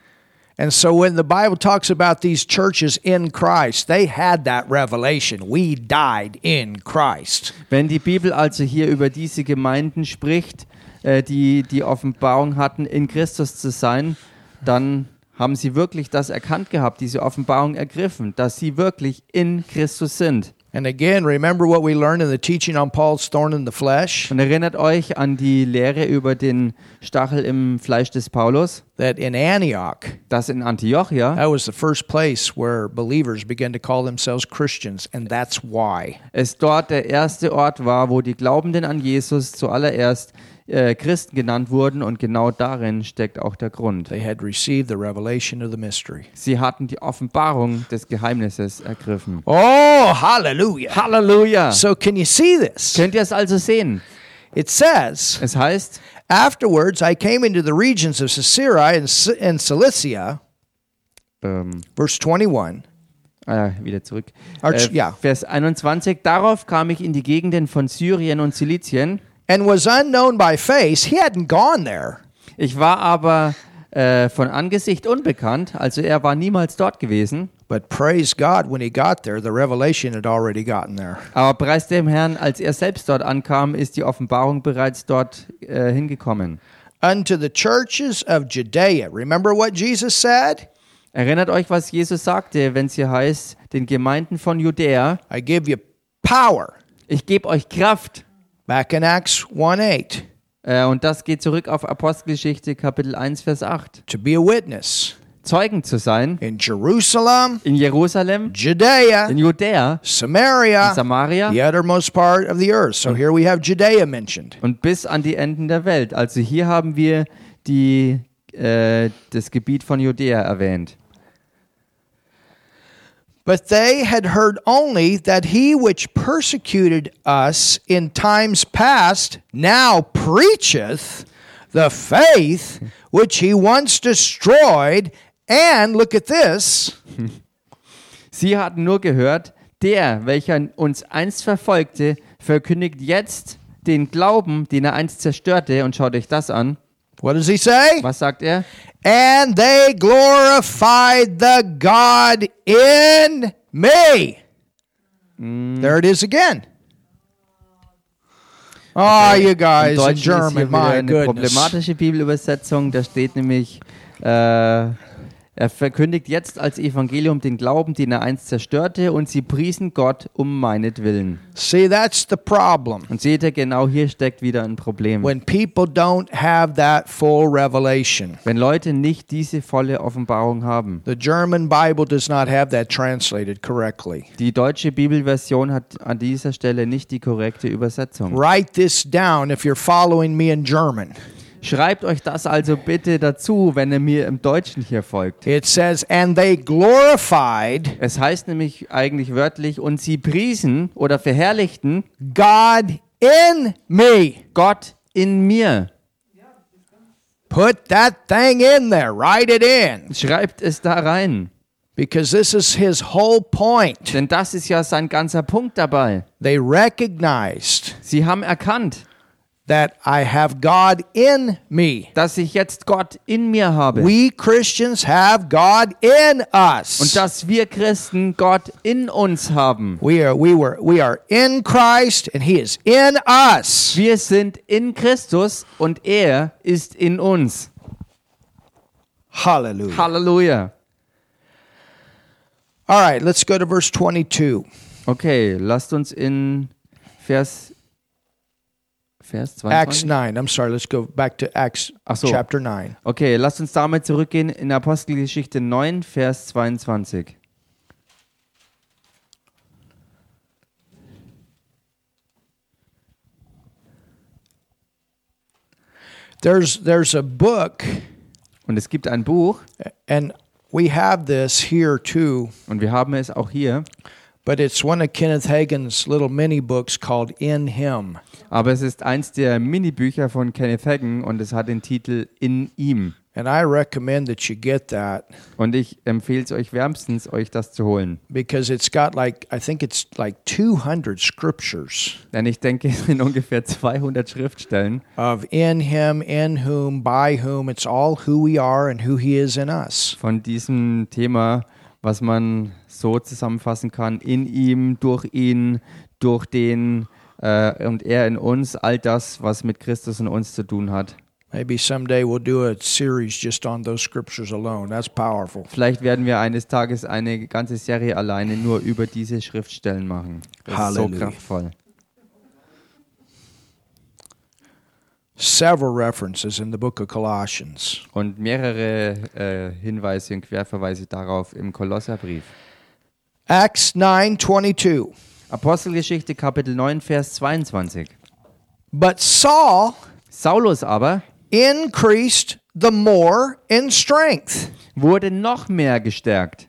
Speaker 1: And so when the Bible talks about these churches in Christ, they had that revelation. We died in Christ.
Speaker 2: Wenn die Bibel also hier über diese Gemeinden spricht, äh, die die Offenbarung hatten, in Christus zu sein, dann haben sie wirklich das erkannt gehabt, diese Offenbarung ergriffen, dass sie wirklich in Christus sind.
Speaker 1: And again, remember what we learned in the teaching on Paul's thorn in the flesh
Speaker 2: Und erinnert euch an die Lehre über den Stachel im Fleisch des Paulus,
Speaker 1: that in Antioch,
Speaker 2: dass in Antiochia
Speaker 1: that was the first place where believers began to call themselves Christians, and that's why.
Speaker 2: es dort der erste Ort war, wo die Glaubenden an Jesus zuallererst äh, Christen genannt wurden und genau darin steckt auch der Grund.
Speaker 1: They had received the revelation of the mystery.
Speaker 2: Sie hatten die Offenbarung des Geheimnisses ergriffen.
Speaker 1: Oh, hallelujah.
Speaker 2: Halleluja!
Speaker 1: So, can you see this?
Speaker 2: Könnt ihr es also sehen?
Speaker 1: It says,
Speaker 2: Es heißt,
Speaker 1: Afterwards, I came into the regions of Caesarea and, Ci- and Cilicia,
Speaker 2: ähm,
Speaker 1: verse 21.
Speaker 2: ah, ja, wieder zurück. Äh,
Speaker 1: Arch- ja.
Speaker 2: Vers 21, darauf kam ich in die Gegenden von Syrien und Zilizien.
Speaker 1: and was unknown by face. He hadn't gone there.
Speaker 2: Ich war aber äh, von Angesicht unbekannt, also er war niemals dort gewesen.
Speaker 1: But praise God, when he got there, the revelation had already gotten there.
Speaker 2: Aber preis dem Herrn, als er selbst dort ankam, ist die Offenbarung bereits dort äh, hingekommen.
Speaker 1: Unto the churches of Judea. Remember what Jesus said?
Speaker 2: Erinnert euch, was Jesus sagte, wenn es hier heißt, den Gemeinden von Judäa,
Speaker 1: I give you power.
Speaker 2: ich gebe euch Kraft.
Speaker 1: Back in Acts 1 8,
Speaker 2: Äh, und das geht zurück auf Apostelgeschichte Kapitel 1, Vers 8.
Speaker 1: to be a witness
Speaker 2: Zeugen zu sein
Speaker 1: in Jerusalem,
Speaker 2: in Jerusalem,
Speaker 1: Judea,
Speaker 2: in Judäa, in
Speaker 1: Samaria,
Speaker 2: Samaria
Speaker 1: the uttermost part of the earth. So here we have Judea mentioned.
Speaker 2: und bis an die Enden der Welt. Also hier haben wir die, äh, das Gebiet von Judäa erwähnt.
Speaker 1: But they had heard only that he which persecuted us in times past now preacheth the faith which he once destroyed. And look at this
Speaker 2: Sie hatten nur gehört, der, welcher uns einst verfolgte, verkündigt jetzt den Glauben, den er einst zerstörte. Und schaut euch das an.
Speaker 1: what does he say?
Speaker 2: Was sagt er?
Speaker 1: And they glorified the God in me.
Speaker 2: Mm.
Speaker 1: There it is again. Oh, you guys in
Speaker 2: Deutsch ist hier
Speaker 1: German,
Speaker 2: wieder
Speaker 1: my
Speaker 2: eine
Speaker 1: goodness.
Speaker 2: problematische Bibelübersetzung. Da steht nämlich, äh, er verkündigt jetzt als Evangelium den Glauben, den er einst zerstörte, und sie priesen Gott um meinetwillen.
Speaker 1: See, that's the problem.
Speaker 2: Und seht ihr, genau hier steckt wieder ein Problem.
Speaker 1: when people don't have that full revelation.
Speaker 2: Wenn Leute nicht diese volle Offenbarung haben.
Speaker 1: The German Bible does not have that translated correctly.
Speaker 2: Die deutsche Bibelversion hat an dieser Stelle nicht die korrekte Übersetzung.
Speaker 1: Write this down if you're following me in German.
Speaker 2: Schreibt euch das also bitte dazu, wenn ihr mir im Deutschen hier folgt.
Speaker 1: It says, and they glorified
Speaker 2: Es heißt nämlich eigentlich wörtlich, und sie priesen oder verherrlichten
Speaker 1: God in me.
Speaker 2: Gott in mir.
Speaker 1: Put that thing in there, write it in.
Speaker 2: Schreibt es da rein.
Speaker 1: Because this is his whole point.
Speaker 2: Denn das ist ja sein ganzer Punkt dabei.
Speaker 1: They recognized
Speaker 2: Sie haben erkannt,
Speaker 1: that I have God in me.
Speaker 2: dass ich jetzt Gott in mir habe.
Speaker 1: We Christians have God in us.
Speaker 2: Und dass wir Christen Gott in uns haben.
Speaker 1: We are we were we are in Christ and he is in us.
Speaker 2: Wir sind in Christus und er ist in uns.
Speaker 1: Hallelujah.
Speaker 2: Halleluja.
Speaker 1: All right, let's go to verse 22.
Speaker 2: Okay, lasst uns in Vers, Vers
Speaker 1: Acts
Speaker 2: 22.
Speaker 1: 9. I'm sorry, let's go back to Acts
Speaker 2: Ach so.
Speaker 1: chapter 9.
Speaker 2: Okay, lasst uns damit zurückgehen in Apostelgeschichte 9, Vers 22.
Speaker 1: There's there's a book
Speaker 2: Und es gibt ein Buch,
Speaker 1: and we have this here too,
Speaker 2: und wir haben es auch hier,
Speaker 1: but it's one of Kenneth Hagin's little mini books called In Him.
Speaker 2: aber es ist eins der Minibücher von Kenneth Hagin und es hat den Titel In ihm.
Speaker 1: And I recommend that you get that
Speaker 2: Und ich empfehle es euch wärmstens, euch das zu holen.
Speaker 1: because it's got like, I think it's like 200 scriptures
Speaker 2: Denn ich denke, es sind ungefähr 200 Schriftstellen,
Speaker 1: of in him, in whom, by whom. It's all who we are and who he is in us.
Speaker 2: von diesem Thema, was man so zusammenfassen kann, in ihm, durch ihn, durch den äh, und er in uns, all das, was mit Christus in uns zu tun hat.
Speaker 1: Maybe someday we'll do a series just on those scriptures alone. That's powerful.
Speaker 2: Vielleicht werden wir eines Tages eine ganze Serie alleine nur über diese Schriftstellen machen. Das ist so
Speaker 1: Halleluja.
Speaker 2: kraftvoll.
Speaker 1: Several references in the book of Colossians.
Speaker 2: Und mehrere äh, Hinweise und Querverweise darauf im Kolosserbrief.
Speaker 1: Acts 9:22.
Speaker 2: Apostelgeschichte Kapitel 9, Vers 22.
Speaker 1: But Saul
Speaker 2: Saulus aber
Speaker 1: increased the more in strength.
Speaker 2: wurde noch mehr gestärkt.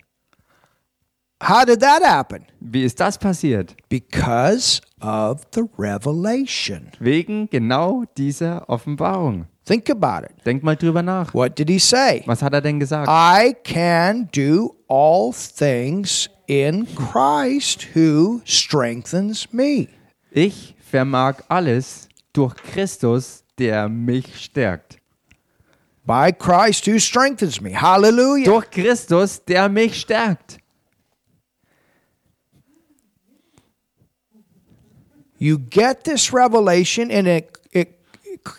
Speaker 1: How did that happen?
Speaker 2: Wie ist das passiert?
Speaker 1: Because of the revelation.
Speaker 2: Wegen genau dieser Offenbarung.
Speaker 1: Think about it.
Speaker 2: Denk mal drüber nach.
Speaker 1: What did he say?
Speaker 2: Was hat er denn gesagt?
Speaker 1: I can do all things in Christ who strengthens me.
Speaker 2: Ich vermag alles durch Christus, der mich stärkt.
Speaker 1: By Christ who strengthens me. Hallelujah.
Speaker 2: Durch Christus, der mich stärkt.
Speaker 1: You get this revelation and it it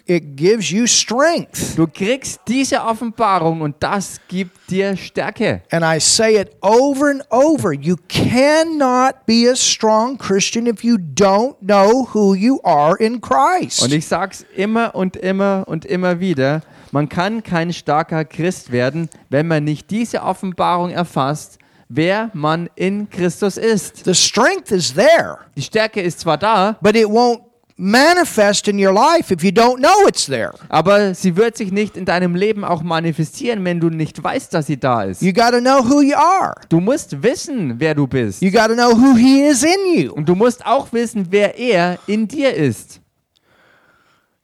Speaker 1: it gives you strength.
Speaker 2: Du kriegst diese Offenbarung und das gibt dir Stärke.
Speaker 1: And I say it over and over. You cannot be a strong Christian if you don't know who you are in
Speaker 2: Und
Speaker 1: Christ.
Speaker 2: ich sag's immer und immer und immer wieder, man kann kein starker Christ werden, wenn man nicht diese Offenbarung erfasst, wer man in Christus ist.
Speaker 1: The strength is there,
Speaker 2: Die Stärke ist zwar da,
Speaker 1: but it won't manifest in your life if you don't know it's there.
Speaker 2: aber sie wird sich nicht in deinem Leben auch manifestieren, wenn du nicht weißt, dass sie da ist.
Speaker 1: You got to know who you are.
Speaker 2: Du musst wissen, wer du bist.
Speaker 1: You got to know who he is in you.
Speaker 2: Und du musst auch wissen, wer er in dir ist.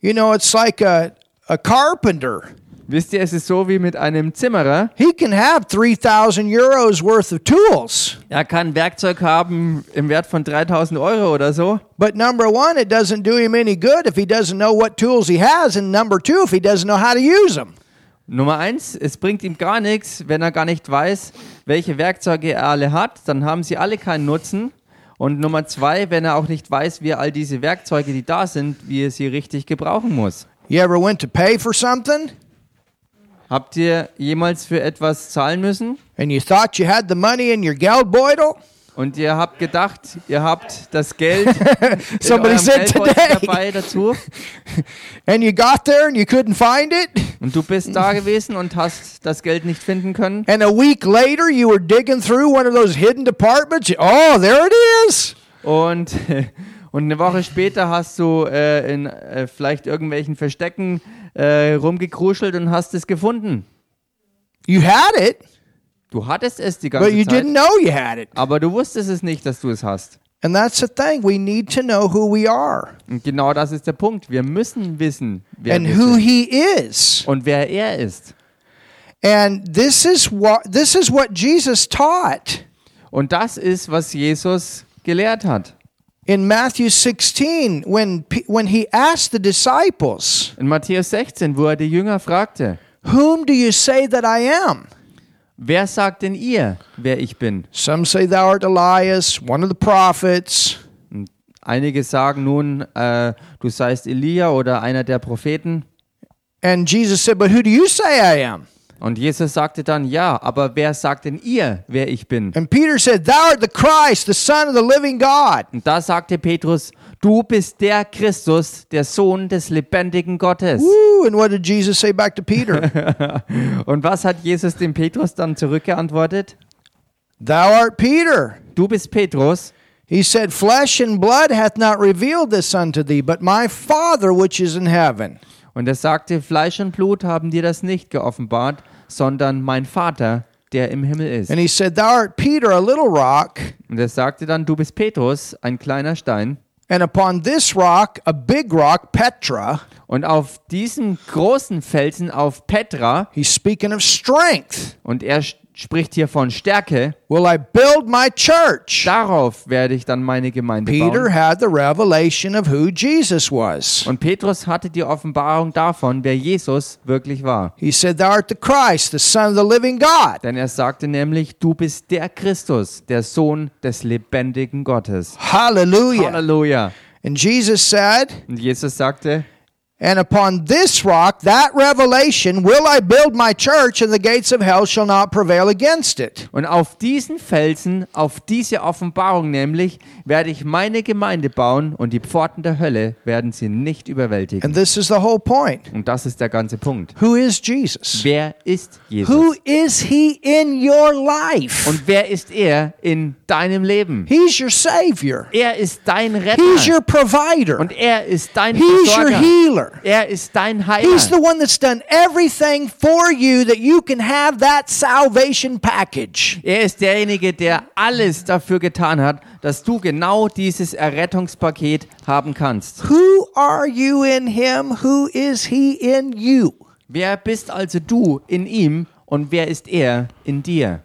Speaker 1: You know, it's like a a carpenter.
Speaker 2: Wisst ihr, es ist so wie mit einem Zimmerer.
Speaker 1: He can have 3000 euros worth of tools.
Speaker 2: Er kann Werkzeug haben im Wert von 3000 Euro oder so.
Speaker 1: But number one, it doesn't do him any good if he doesn't know what tools he has, and number two, if he doesn't know how to use them.
Speaker 2: Nummer eins, es bringt ihm gar nichts, wenn er gar nicht weiß, welche Werkzeuge er alle hat, dann haben sie alle keinen Nutzen. Und Nummer zwei, wenn er auch nicht weiß, wie er all diese Werkzeuge, die da sind, wie er sie richtig gebrauchen muss.
Speaker 1: You ever went to pay for something
Speaker 2: Habt ihr jemals für etwas zahlen müssen?
Speaker 1: and you thought you had the money in your geldbeutel?
Speaker 2: Und ihr habt gedacht, ihr habt das Geld in
Speaker 1: Somebody
Speaker 2: eurem
Speaker 1: said
Speaker 2: Geldbeutel
Speaker 1: today,
Speaker 2: dabei dazu.
Speaker 1: and you got there and you couldn't find it,
Speaker 2: Und du bist da gewesen und hast das Geld nicht finden können.
Speaker 1: and a week later you were digging through one of those hidden departments. You- Oh, there it is.
Speaker 2: Und, und eine Woche später hast du äh, in äh, vielleicht irgendwelchen Verstecken äh, rumgekruschelt und hast es gefunden.
Speaker 1: You had it,
Speaker 2: Du hattest es die ganze
Speaker 1: but you didn't
Speaker 2: Zeit,
Speaker 1: know you had it.
Speaker 2: aber du wusstest es nicht, dass du es hast.
Speaker 1: And that's the thing. We need to know who we are
Speaker 2: Und genau das ist der Punkt. Wir müssen wissen, wer
Speaker 1: and
Speaker 2: wir
Speaker 1: who
Speaker 2: sind
Speaker 1: he is.
Speaker 2: und wer er ist.
Speaker 1: And this is what this is what Jesus taught.
Speaker 2: Und das ist, was Jesus gelehrt hat.
Speaker 1: in Matthew 16 when P- when he asked the disciples,
Speaker 2: In Matthäus 16, wo er die Jünger fragte,
Speaker 1: "Whom do you say that I am?"
Speaker 2: wer sagt denn ihr, wer ich bin?
Speaker 1: Some say thou art Elias, one of the prophets.
Speaker 2: Und einige sagen nun, äh, du seist Elia oder einer der Propheten.
Speaker 1: And Jesus said, "But who do you say I am?"
Speaker 2: Und Jesus sagte dann, ja, aber wer sagt denn ihr, wer ich bin?
Speaker 1: And Peter said, "Thou art the Christ, the Son of the living God."
Speaker 2: Und da sagte Petrus, du bist der Christus, der Sohn des lebendigen Gottes.
Speaker 1: Woo, and what did Jesus say back to Peter?
Speaker 2: Und was hat Jesus dem Petrus dann zurückgeantwortet?
Speaker 1: "Thou art Peter."
Speaker 2: Du bist Petrus.
Speaker 1: He said, "Flesh and blood hath not revealed this unto thee, but my Father which is in heaven."
Speaker 2: Und er sagte, Fleisch und Blut haben dir das nicht geoffenbart, sondern mein Vater, der im Himmel ist.
Speaker 1: And he said, "Thou art Peter, a little rock."
Speaker 2: Und er sagte dann, du bist Petrus, ein kleiner Stein.
Speaker 1: And upon this rock, a big rock, Petra,
Speaker 2: Und auf diesen großen Felsen auf Petra,
Speaker 1: he's speaking of strength,
Speaker 2: und er sch- spricht hier von Stärke,
Speaker 1: will I build my church.
Speaker 2: darauf werde ich dann meine Gemeinde
Speaker 1: Peter
Speaker 2: bauen.
Speaker 1: had the revelation of who Jesus was.
Speaker 2: Und Petrus hatte die Offenbarung davon, wer Jesus wirklich war.
Speaker 1: He said, Thou art the Christ, the Son of the living God.
Speaker 2: Denn er sagte nämlich, du bist der Christus, der Sohn des lebendigen Gottes.
Speaker 1: Hallelujah.
Speaker 2: Halleluja.
Speaker 1: And Jesus said,
Speaker 2: Und Jesus sagte,
Speaker 1: And upon this rock, that revelation, will I build my church, and the gates of hell shall not prevail against it.
Speaker 2: und auf diesen Felsen, auf diese Offenbarung nämlich, werde ich meine Gemeinde bauen und die Pforten der Hölle werden sie nicht überwältigen.
Speaker 1: And this is the whole point.
Speaker 2: Und das ist der ganze Punkt.
Speaker 1: Who is Jesus?
Speaker 2: Wer ist Jesus?
Speaker 1: Who is he in your life?
Speaker 2: Und wer ist er in deinem Leben?
Speaker 1: He's your Savior,
Speaker 2: Er ist dein
Speaker 1: He's
Speaker 2: Retter.
Speaker 1: your provider,
Speaker 2: Und er ist dein
Speaker 1: He's your
Speaker 2: Versorger.
Speaker 1: healer.
Speaker 2: Er ist dein
Speaker 1: He's
Speaker 2: Heiler.
Speaker 1: the one that's done everything for you that you can have that salvation package.
Speaker 2: Er ist derjenige, der alles dafür getan hat, dass du genau dieses Errettungspaket haben kannst.
Speaker 1: Who are you in him? Who is he in you?
Speaker 2: Wer bist also du in ihm und wer ist er in dir?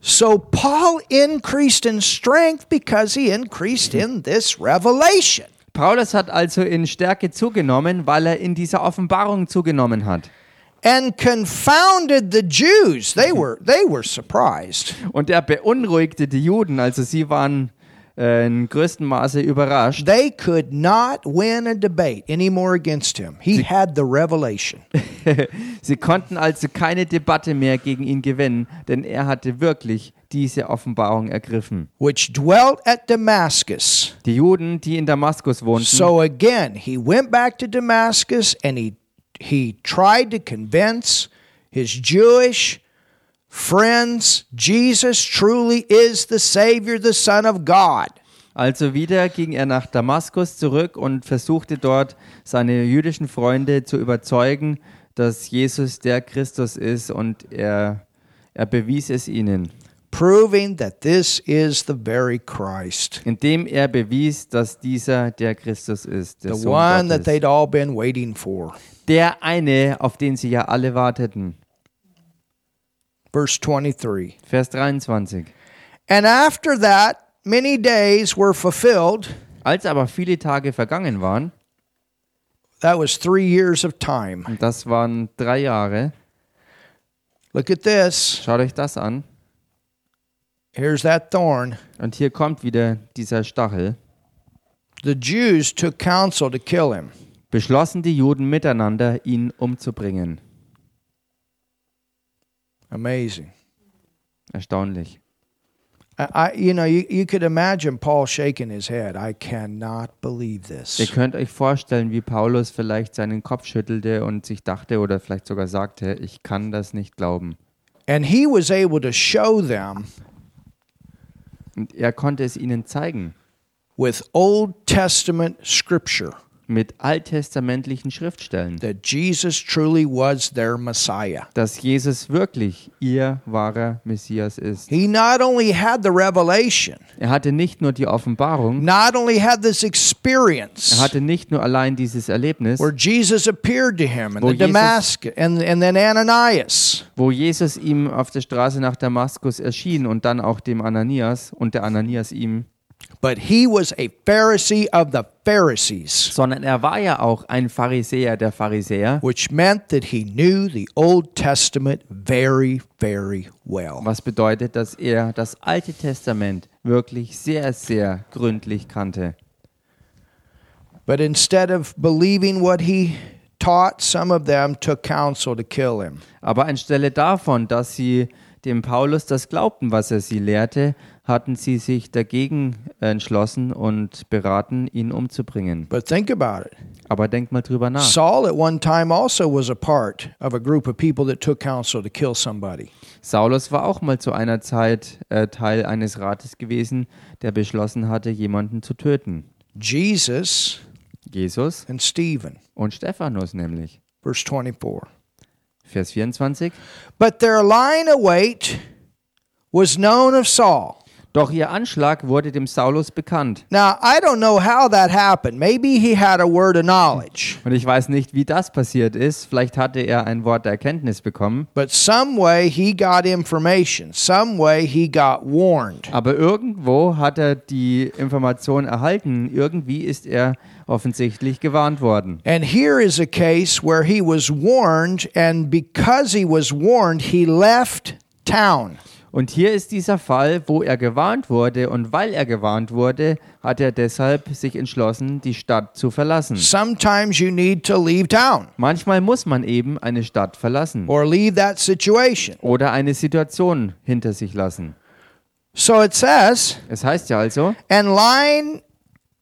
Speaker 1: So Paul increased in strength because he increased in this revelation.
Speaker 2: Paulus hat also in Stärke zugenommen, weil er in dieser Offenbarung zugenommen hat.
Speaker 1: And confounded the Jews. They were they were surprised.
Speaker 2: Und er beunruhigte die Juden, also sie waren äh, in größtem Maße überrascht.
Speaker 1: They could not win a debate anymore against him. He had the revelation.
Speaker 2: Sie konnten also keine Debatte mehr gegen ihn gewinnen, denn er hatte wirklich diese Offenbarung ergriffen.
Speaker 1: Which dwelt at Damascus.
Speaker 2: Die Juden, die in Damaskus wohnten,
Speaker 1: So again, he went back to Damascus and he he tried to convince his Jewish friends Jesus truly is the savior, the son of God.
Speaker 2: Also wieder ging er nach Damaskus zurück und versuchte dort seine jüdischen Freunde zu überzeugen, dass Jesus der Christus ist und er, er bewies es ihnen,
Speaker 1: Proving that this is the very Christ,
Speaker 2: indem er bewies, dass dieser der Christus ist, der
Speaker 1: the
Speaker 2: Sohn
Speaker 1: one that
Speaker 2: Gottes.
Speaker 1: they'd all been waiting for.
Speaker 2: Der eine, auf den sie ja alle warteten.
Speaker 1: Verse 23.
Speaker 2: Vers 23.
Speaker 1: And after that, many days were fulfilled.
Speaker 2: Als aber viele Tage vergangen waren,
Speaker 1: That was three years of time.
Speaker 2: und das waren drei Jahre,
Speaker 1: Look at this.
Speaker 2: schaut euch das an.
Speaker 1: Here's that thorn.
Speaker 2: Und hier kommt wieder dieser Stachel.
Speaker 1: The Jews took counsel to kill him.
Speaker 2: beschlossen die Juden miteinander, ihn umzubringen.
Speaker 1: Amazing.
Speaker 2: Erstaunlich.
Speaker 1: I, I you know, you, you could imagine Paul shaking his head. I cannot believe
Speaker 2: Ihr
Speaker 1: this.
Speaker 2: könnt euch vorstellen, wie Paulus vielleicht seinen Kopf schüttelte und sich dachte oder vielleicht sogar sagte, ich kann das nicht glauben.
Speaker 1: And he was able to show them
Speaker 2: Und er konnte es ihnen zeigen
Speaker 1: with Old Testament scripture
Speaker 2: mit alttestamentlichen Schriftstellen,
Speaker 1: that Jesus truly was their Messiah.
Speaker 2: dass Jesus wirklich ihr wahrer Messias ist.
Speaker 1: He not only had the revelation,
Speaker 2: Er hatte nicht nur die Offenbarung,
Speaker 1: not only had this
Speaker 2: er
Speaker 1: experience
Speaker 2: hatte nicht nur allein dieses Erlebnis,
Speaker 1: where Jesus appeared to him in
Speaker 2: Wo
Speaker 1: the
Speaker 2: Jesus-
Speaker 1: Damascus and, and then Ananias.
Speaker 2: wo Jesus ihm auf der Straße nach Damaskus erschien und dann auch dem Ananias und der Ananias ihm
Speaker 1: But he was a Pharisee of the Pharisees,
Speaker 2: sondern er war ja auch ein Pharisäer der Pharisäer,
Speaker 1: which meant that he knew the Old Testament very, very well.
Speaker 2: was bedeutet, dass er das Alte Testament wirklich sehr, sehr gründlich kannte.
Speaker 1: But instead of believing what he taught, some of them took counsel to kill him.
Speaker 2: Aber anstelle davon, dass sie dem Paulus das glaubten, was er sie lehrte, hatten sie sich dagegen entschlossen und beraten, ihn umzubringen.
Speaker 1: But think about it.
Speaker 2: Aber denkt mal drüber nach.
Speaker 1: Saul at one time also was a part of a group of people that took counsel to kill somebody.
Speaker 2: Saulus war auch mal zu einer Zeit äh, Teil eines Rates gewesen, der beschlossen hatte, jemanden zu töten.
Speaker 1: Jesus
Speaker 2: Jesus
Speaker 1: and Stephen,
Speaker 2: und Stephanus nämlich.
Speaker 1: verse 24.
Speaker 2: Vers 24.
Speaker 1: But their lying await was known of Saul,
Speaker 2: Doch ihr Anschlag wurde dem Saulus bekannt.
Speaker 1: Now, I don't know how that happened. Maybe he had a word of knowledge,
Speaker 2: Und ich weiß nicht, wie das passiert ist. Vielleicht hatte er ein Wort der Erkenntnis bekommen.
Speaker 1: but some way he got information. Some way he got warned.
Speaker 2: Aber irgendwo hat er die Information erhalten. Irgendwie ist er offensichtlich gewarnt worden.
Speaker 1: And here is a case where he was warned, and because he was warned, he left town.
Speaker 2: Und hier ist dieser Fall, wo er gewarnt wurde. Und weil er gewarnt wurde, hat er deshalb sich entschlossen, die Stadt zu verlassen.
Speaker 1: Sometimes you need to leave town
Speaker 2: Manchmal muss man eben eine Stadt verlassen
Speaker 1: or leave that situation.
Speaker 2: oder eine Situation hinter sich lassen.
Speaker 1: So it says,
Speaker 2: Es heißt ja also,
Speaker 1: and lying,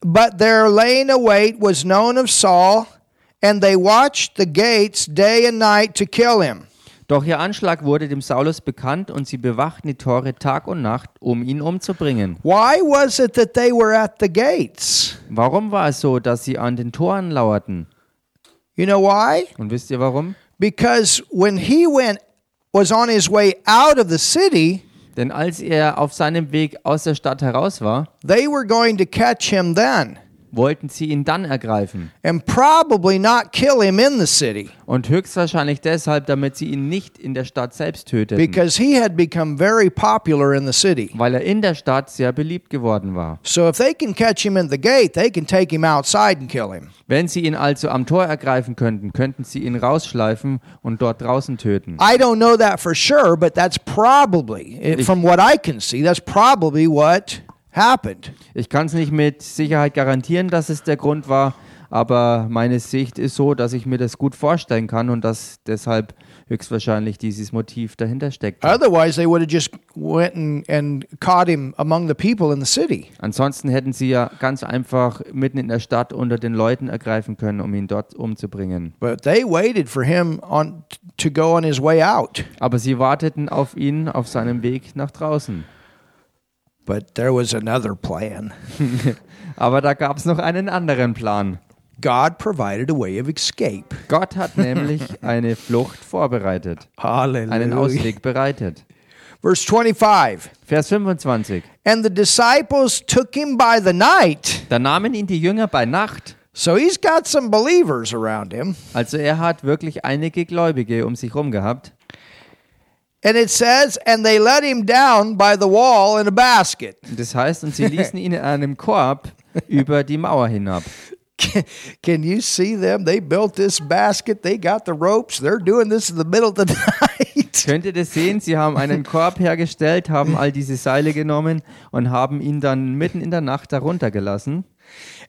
Speaker 1: but their laying await was known of Saul, and they watched the gates day and night to kill him.
Speaker 2: doch ihr Anschlag wurde dem Saulus bekannt und sie bewachten die Tore Tag und Nacht, um ihn umzubringen.
Speaker 1: Why was it that they were at the gates?
Speaker 2: Warum war es so, dass sie an den Toren lauerten?
Speaker 1: You know why?
Speaker 2: Und wisst ihr warum?
Speaker 1: Because when he went, was on his way out of the city,
Speaker 2: Denn als er auf seinem Weg aus der Stadt heraus war,
Speaker 1: they were going to catch him then
Speaker 2: wollten sie ihn dann ergreifen.
Speaker 1: and probably not kill him in the city
Speaker 2: Und höchstwahrscheinlich deshalb, damit sie ihn nicht in der Stadt selbst töteten,
Speaker 1: because he had become very popular in the city.
Speaker 2: weil er in der Stadt sehr beliebt geworden war.
Speaker 1: So if they can catch him in the gate, they can take him outside and kill him.
Speaker 2: Wenn sie ihn also am Tor ergreifen könnten, könnten sie ihn rausschleifen und dort draußen töten.
Speaker 1: I don't know that for sure, but that's probably, it- from what I can see, that's probably what happened.
Speaker 2: Ich kann es nicht mit Sicherheit garantieren, dass es der Grund war, aber meine Sicht ist so, dass ich mir das gut vorstellen kann und dass deshalb höchstwahrscheinlich dieses Motiv dahinter steckt.
Speaker 1: Otherwise, they would have just went and, and caught him among the people in the city.
Speaker 2: Ansonsten hätten sie ja ganz einfach mitten in der Stadt unter den Leuten ergreifen können, um ihn dort umzubringen.
Speaker 1: But they waited for him on to go on his way out.
Speaker 2: Aber sie warteten auf ihn auf seinem Weg nach draußen.
Speaker 1: But there was another plan.
Speaker 2: Aber da gab es noch einen anderen Plan.
Speaker 1: God provided a way of escape.
Speaker 2: Gott hat nämlich eine Flucht vorbereitet, einen
Speaker 1: Hallelujah.
Speaker 2: Ausweg bereitet.
Speaker 1: Verse 25.
Speaker 2: Vers 25.
Speaker 1: And the disciples took him by the night.
Speaker 2: Da nahmen ihn die Jünger bei Nacht.
Speaker 1: So he's got some believers around him.
Speaker 2: Also er hat wirklich einige Gläubige um sich rum gehabt.
Speaker 1: And it says, and they let him down by the wall in a basket.
Speaker 2: Das heißt, und sie ließen ihn in einem Korb über die Mauer hinab.
Speaker 1: Can, can you see them? They built this basket. They got the ropes. They're doing this in the middle of the night.
Speaker 2: Könnt ihr das sehen? Sie haben einen Korb hergestellt, haben all diese Seile genommen und haben ihn dann mitten in der Nacht darunter gelassen.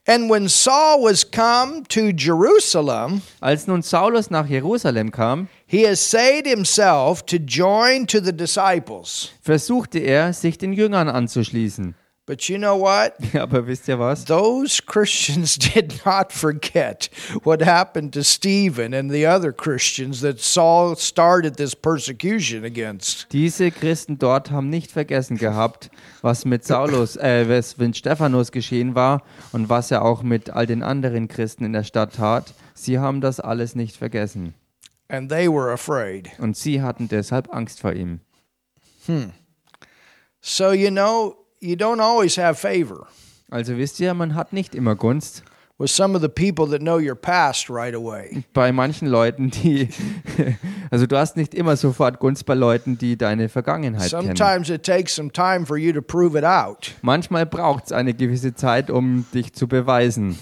Speaker 1: And when Saul was come to Jerusalem,
Speaker 2: Als nun Saulus nach Jerusalem kam,
Speaker 1: he essayed himself to join to the disciples.
Speaker 2: versuchte er, sich den Jüngern anzuschließen.
Speaker 1: But you know what?
Speaker 2: Aber wisst ihr was?
Speaker 1: Those Christians did not forget what happened to Stephen and the other Christians that Saul started this persecution against.
Speaker 2: Diese Christen dort haben nicht vergessen gehabt, was mit Saulus, äh, was mit Stephanus geschehen war und was er auch mit all den anderen Christen in der Stadt tat. Sie haben das alles nicht vergessen.
Speaker 1: And they were afraid.
Speaker 2: Und sie hatten deshalb Angst vor ihm.
Speaker 1: So, you know, you don't always have favor
Speaker 2: Also wisst ihr, man hat nicht immer Gunst.
Speaker 1: with some of the people that know your past right away.
Speaker 2: Bei manchen Leuten, die. Also du hast nicht immer sofort Gunst bei Leuten, die deine Vergangenheit kennen.
Speaker 1: Sometimes it takes some time for you to prove it out.
Speaker 2: Manchmal braucht es eine gewisse Zeit, um dich zu beweisen.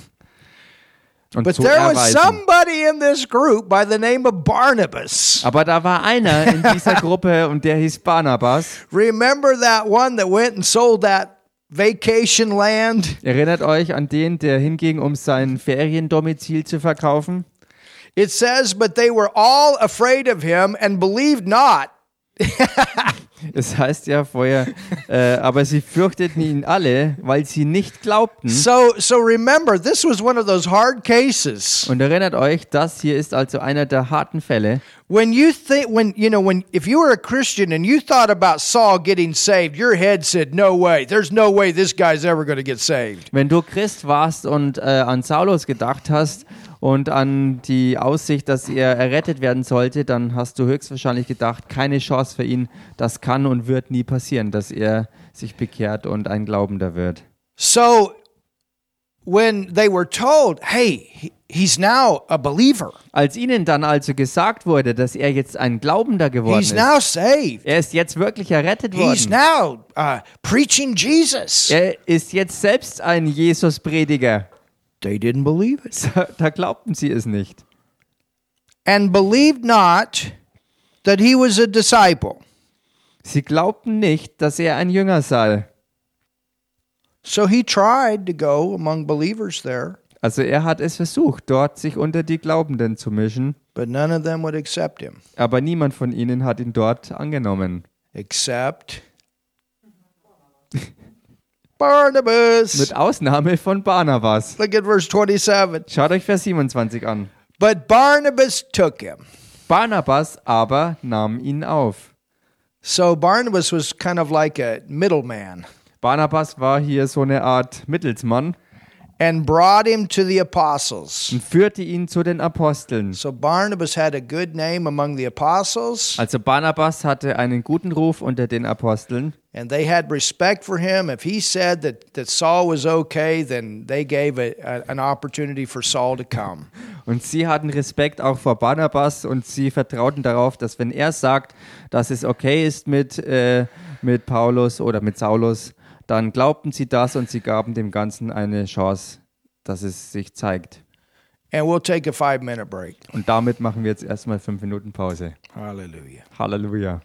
Speaker 2: Und
Speaker 1: But
Speaker 2: zu
Speaker 1: there was
Speaker 2: erweisen.
Speaker 1: somebody in this group by the name of Barnabas.
Speaker 2: Aber da war einer in dieser Gruppe und der hieß Barnabas.
Speaker 1: Remember that one that went and sold that vacation land?
Speaker 2: Erinnert euch an den, der hinging, um sein Feriendomizil zu verkaufen?
Speaker 1: It says, but they were all afraid of him and believed not.
Speaker 2: Es heißt ja vorher, äh, aber sie fürchteten ihn alle, weil sie nicht glaubten.
Speaker 1: So, so remember, this was one of those hard cases.
Speaker 2: Und erinnert euch, das hier ist also einer der harten Fälle.
Speaker 1: When you think, when you know, when if you were a Christian and you thought about Saul getting saved, your head said, "No way. There's no way this guy's ever going to get saved."
Speaker 2: Wenn du Christ warst und äh, an Saulus gedacht hast und an die Aussicht, dass er errettet werden sollte, dann hast du höchstwahrscheinlich gedacht, keine Chance für ihn. Das kann und wird nie passieren, dass er sich bekehrt und ein Glaubender wird.
Speaker 1: So when they were told, hey, he- he's now a believer,
Speaker 2: Als ihnen dann also gesagt wurde, dass er jetzt ein Glaubender geworden
Speaker 1: he's
Speaker 2: ist,
Speaker 1: now saved,
Speaker 2: er ist jetzt wirklich errettet
Speaker 1: he's
Speaker 2: worden.
Speaker 1: now uh, preaching Jesus,
Speaker 2: Er ist jetzt selbst ein Jesus-Prediger.
Speaker 1: they didn't believe it.
Speaker 2: So, Da glaubten sie es nicht.
Speaker 1: And believed not that he was a disciple.
Speaker 2: Sie glaubten nicht, dass er ein Jünger sei.
Speaker 1: So he tried to go among believers there,
Speaker 2: Also er hat es versucht, dort sich unter die Glaubenden zu mischen,
Speaker 1: but none of them would accept him,
Speaker 2: aber niemand von ihnen hat ihn dort angenommen.
Speaker 1: except Barnabas.
Speaker 2: Mit Ausnahme von Barnabas.
Speaker 1: Look at verse 27.
Speaker 2: Schaut euch Vers 27 an.
Speaker 1: But Barnabas took him.
Speaker 2: Barnabas aber nahm ihn auf.
Speaker 1: So Barnabas was kind of like a middleman
Speaker 2: Barnabas war hier so eine Art Mittelsmann
Speaker 1: and brought him to the apostles.
Speaker 2: und führte ihn zu den Aposteln.
Speaker 1: So Barnabas had a good name among the apostles,
Speaker 2: Also Barnabas hatte einen guten Ruf unter den Aposteln
Speaker 1: and they had respect for him. If he said that, that Saul was okay, then they gave a, a- an opportunity for Saul to come.
Speaker 2: und sie hatten Respekt auch vor Barnabas und sie vertrauten darauf, dass wenn er sagt, dass es okay ist mit, äh, mit Paulus oder mit Saulus, dann glaubten sie das und sie gaben dem Ganzen eine Chance, dass es sich zeigt.
Speaker 1: And we'll take a five minute break.
Speaker 2: Und damit machen wir jetzt erstmal fünf Minuten Pause.
Speaker 1: Hallelujah.
Speaker 2: Halleluja.